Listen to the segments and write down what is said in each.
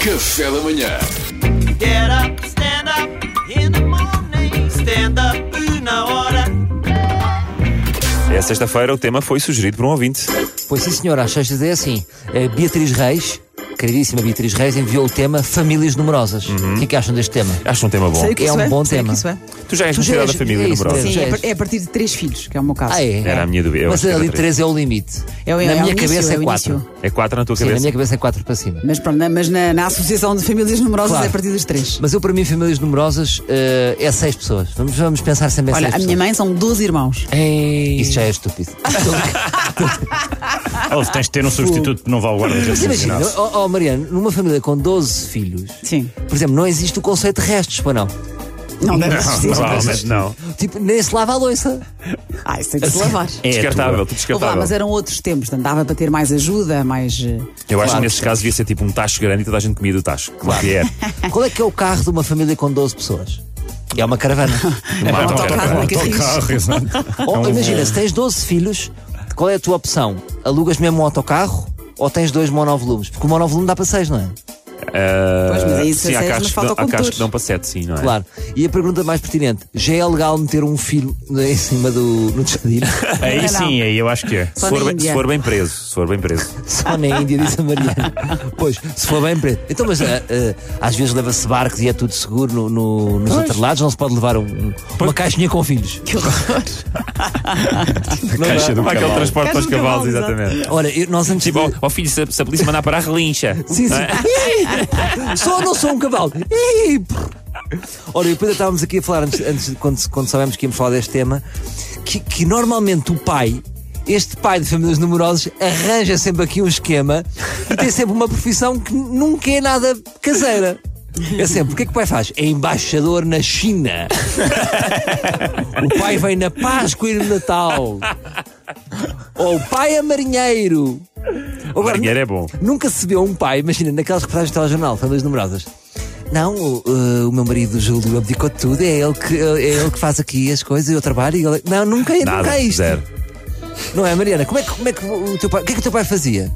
Café da manhã. Get up, stand up in the morning. Stand up na hora. É sexta-feira, o tema foi sugerido por um ouvinte. Pois sim, senhora, às sextas é assim. A Beatriz Reis, queridíssima Beatriz Reis, enviou o tema Famílias Numerosas. Uhum. O que é que acham deste tema? Acho um tema bom. Sei o que É isso um é, bom sei o tema. Que isso é. Tu já és Tu já considerada és- família é isso numerosa. mesmo. Sim, é, és. par- é a partir de três filhos, que é o meu caso. Ah, é? Era a minha dúvida, eu Mas acho que ali era três. 3 é o limite. É o- na é o minha início, cabeça é o é 4. início. É quatro na tua Sim, na cabeça. minha cabeça é 4 para cima. Mas, pronto, na- mas na, na Associação de Famílias Numerosas Claro. é a Ah, partir dos três. Mas eu, para mim, famílias numerosas eh, é 6 pessoas. Vamos, vamos pensar sempre em Olha, 6 a pessoas. minha mãe são 12 irmãos. Isso já é estúpido. Ah, Ou tens de ter um substituto que não vá ao Mas Ah, imagina, guarda-redes ó ó, oh, Mariano, numa família com 12 filhos, Sim. por exemplo, não existe o conceito de restos, para oh, não. é Não deve Não, existir. provavelmente não. Tipo, nem se lava a louça. Ah, isso tem de se lavar. É Descartável, tua. Ou vá, tudo descartável. é mas eram outros tempos, portanto, dava para ter mais ajuda, mais. eh, Eu acho que Claro. nesses casos devia ser tipo um tacho grande e toda a gente comia do tacho. Claro que é. Qual é que é o carro de uma família com 12 pessoas? É uma caravana. Uma um autocarro. autocarro. Uma Autocarro, exato. Ou, imagina, se tens 12 filhos, qual é a tua opção? Alugas mesmo um autocarro ou tens dois monovolumes? Porque o monovolume dá para 6, não é? Pois, mas é isso, Sim, é há seis, carros mas que dão- falta o há carros condutor. que dão para sete, sim, não é? Claro. E a pergunta mais pertinente: já é legal meter um filho em cima do. no descadilho? Aí Não, não. sim, aí eu acho que é. Só Se for, na bem, se Índia. for bem preso, se for bem preso. Só na Índia, disse a Mariana. Pois, se for bem preto. Então, mas ah, ah, às vezes leva-se barcos e é tudo seguro no, no- nos atrelados, não se pode levar um- um- uma caixinha com filhos. Que horror! não dá. Há aquele transporte para os Caixa do cavalos, cavalo, exatamente. Ora, eu- nós antes. Tipo, de... ó, ó filho, se a, se a polícia mandar parar, relincha. Sim, sim. Não é? Ih, Só não sou um cavalo. Ih, prr. Ora, e depois estávamos aqui a falar, antes, antes de- quando, quando soubemos que íamos falar deste tema, que, que normalmente o pai, este pai de famílias numerosas, arranja sempre aqui um esquema e tem sempre uma profissão que nunca é nada caseira. É sempre, o que é que o pai faz? É embaixador na China. O pai vem na Páscoa e no Natal. Ou o pai é marinheiro. Agora, Marinheiro é bom. Nunca se vê um pai, imagina, naquelas reportagens de telejornal, famílias numerosas. Não, o, eh, o meu marido Júlio abdicou de tudo, é ele, que, é ele que faz aqui as coisas, eu trabalho e ele. Não, nunca, é- Nada, nunca é isto. zero. Não é, Mariana? Como é que, como é que o teu pai. O que é que o teu pai fazia?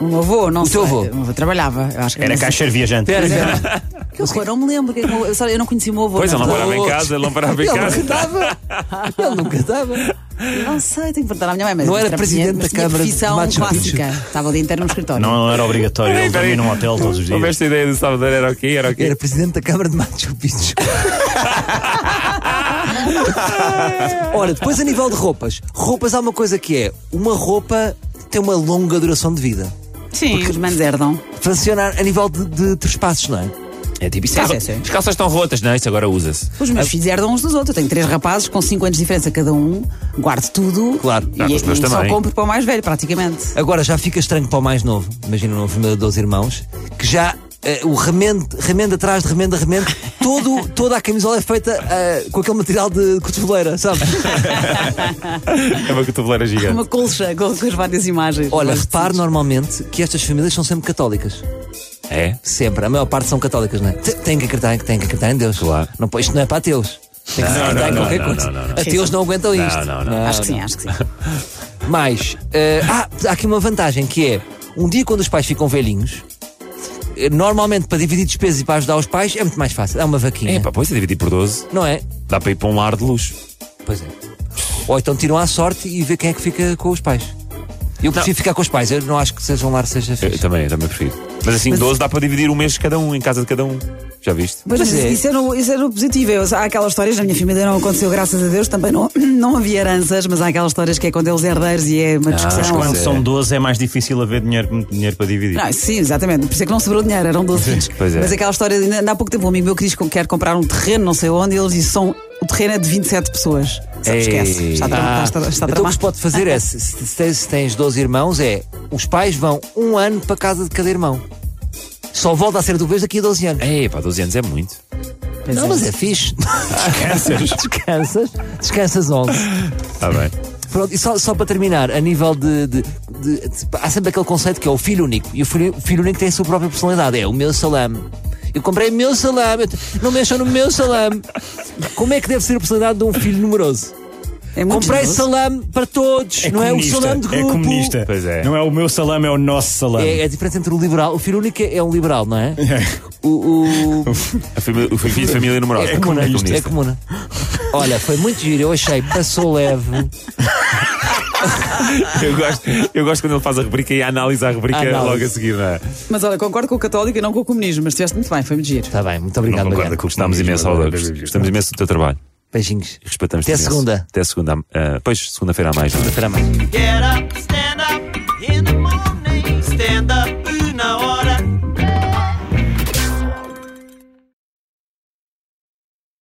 O meu um avô, não O sei. teu avô? O meu avô trabalhava. Eu acho que Era não sei. caixeiro viajante. Que horror, não me lembro. que é que o meu- eu, sabe, eu não conheci o meu avô. Pois, é ele não não, parava em casa, ele não parava em Ele nunca casa. estava. Ele nunca estava. não Ah, sei, tenho que perguntar à minha mãe. Mas Não eu era trabalhei- presidente mas da tinha Câmara de profissão Matos Grosso. clássica. Estava ali interno no escritório. Não era obrigatório, ele dormia num hotel todos os Como dias. esta ideia do Salvador era o quê? Era o quê? Era presidente da Câmara de Machu Picchu. Ora, depois a nível de roupas. Roupas há uma coisa que é: uma roupa tem uma longa duração de vida. Sim. Porque os manos herdam. Funciona a nível de, de trespassos, não é? É tipo, isso é, Pois é, sim. as calças estão rotas, não, isto agora usa-se. Os meus filhos herdam uns dos outros. Eu tenho três rapazes com 5 anos de diferença cada um. Guardo tudo. Claro. E, Ah, com os meus e só também. compro para o mais velho, praticamente. Agora já fica estranho para o mais novo. Imagina uma família de 12 irmãos que já. eh, o remendo, remendo atrás de remendo a remendo, todo, toda a camisola é feita eh, com aquele material de cotoveleira, sabes? É uma cotoveleira gigante. Uma colcha com, com as várias imagens. Olha, Mas- repare normalmente que estas famílias são sempre católicas. É? Sempre. A maior parte são católicas, não é? Te- Tem que acreditar, em- tem que acreditar em Deus. Claro. Não, pô, isto não é para ateus. Tem que se Não, acreditar em não, qualquer não, coisa. não, não, não. Ateus não aguentam Não, isto. não, não. Acho que sim, acho que sim. Mas, eh, ah, há aqui uma vantagem que é: um dia quando os pais ficam velhinhos, eh, normalmente para dividir despesas e para ajudar os pais é muito mais fácil. É uma vaquinha. É, pá, pois é dividir por 12. Não é? Dá para ir para um lar de luz. Pois é. Ou então tiram à sorte e vê quem é que fica com os pais. Eu prefiro ficar com os pais, eu não acho que seja um lar seja Eu fixe. também, eu também prefiro. Mas assim, 12 dá para dividir um mês de cada um, em casa de cada um. Já viste? Mas, Mas isso- é. isso, era, o- isso era o positivo. Eu- há aquelas histórias, na minha família não aconteceu, graças a Deus, também não, não havia heranças, mas há aquelas histórias que é quando eles herdeiros e é Ah, uma Mas discussão. quando é. são 12 é mais difícil haver dinheiro, dinheiro para dividir. Não, sim, exatamente. Por isso é que não sobrou dinheiro, eram 12 filhos. Pois é. Mas aquela história, de- ainda há pouco tempo, um amigo meu que diz que quer comprar um terreno, não sei onde, e eles dizem são. O terreno é de 27 pessoas. Sabe, esquece. Está, Ah, tra- está, está, está então o que tramado. se pode fazer é, se, se- se tens, se tens 12 irmãos, é os pais vão um ano para casa de cada irmão. Só volta a ser do vez daqui a 12 anos. É, pá, 12 anos é muito. Pois não, é. mas é fixe. Descansas. Descansas 11. Está Tá bem. Pronto, e só, só para terminar, a nível de, de- de- de- Há sempre aquele conceito que é o filho único. E o filho, o filho único tem a sua própria personalidade. É o meu salame. Eu comprei o meu salame. eu te- Não mexam no meu salame. Como é que deve ser a personalidade de um filho numeroso? É muito Comprei generoso. salame para todos, não é o salame de é grupo. comunista. Pois é. Não é o meu salame, é o nosso salame. É, é a diferença entre o liberal. O filho único é um liberal, não é? O, o- A fami- o filho de família numerosa. É comuna. É comuna. Olha, foi muito giro, eu achei, passou leve. Eu gosto, eu gosto quando ele faz a rubrica e analisa a rubrica Análise. logo a seguir. Não é? Mas olha, concordo com o católico e não com o comunismo, mas estiveste muito bem, foi muito giro. Está Tá bem, muito obrigado, Não concordo Mariana. com o Gostamos imenso, Aldo. Gostamos imenso do teu trabalho. Beijinhos. Respeitamos Até segunda. Até segunda. ah, pois, segunda-feira a mais. Espera mais. Get up, stand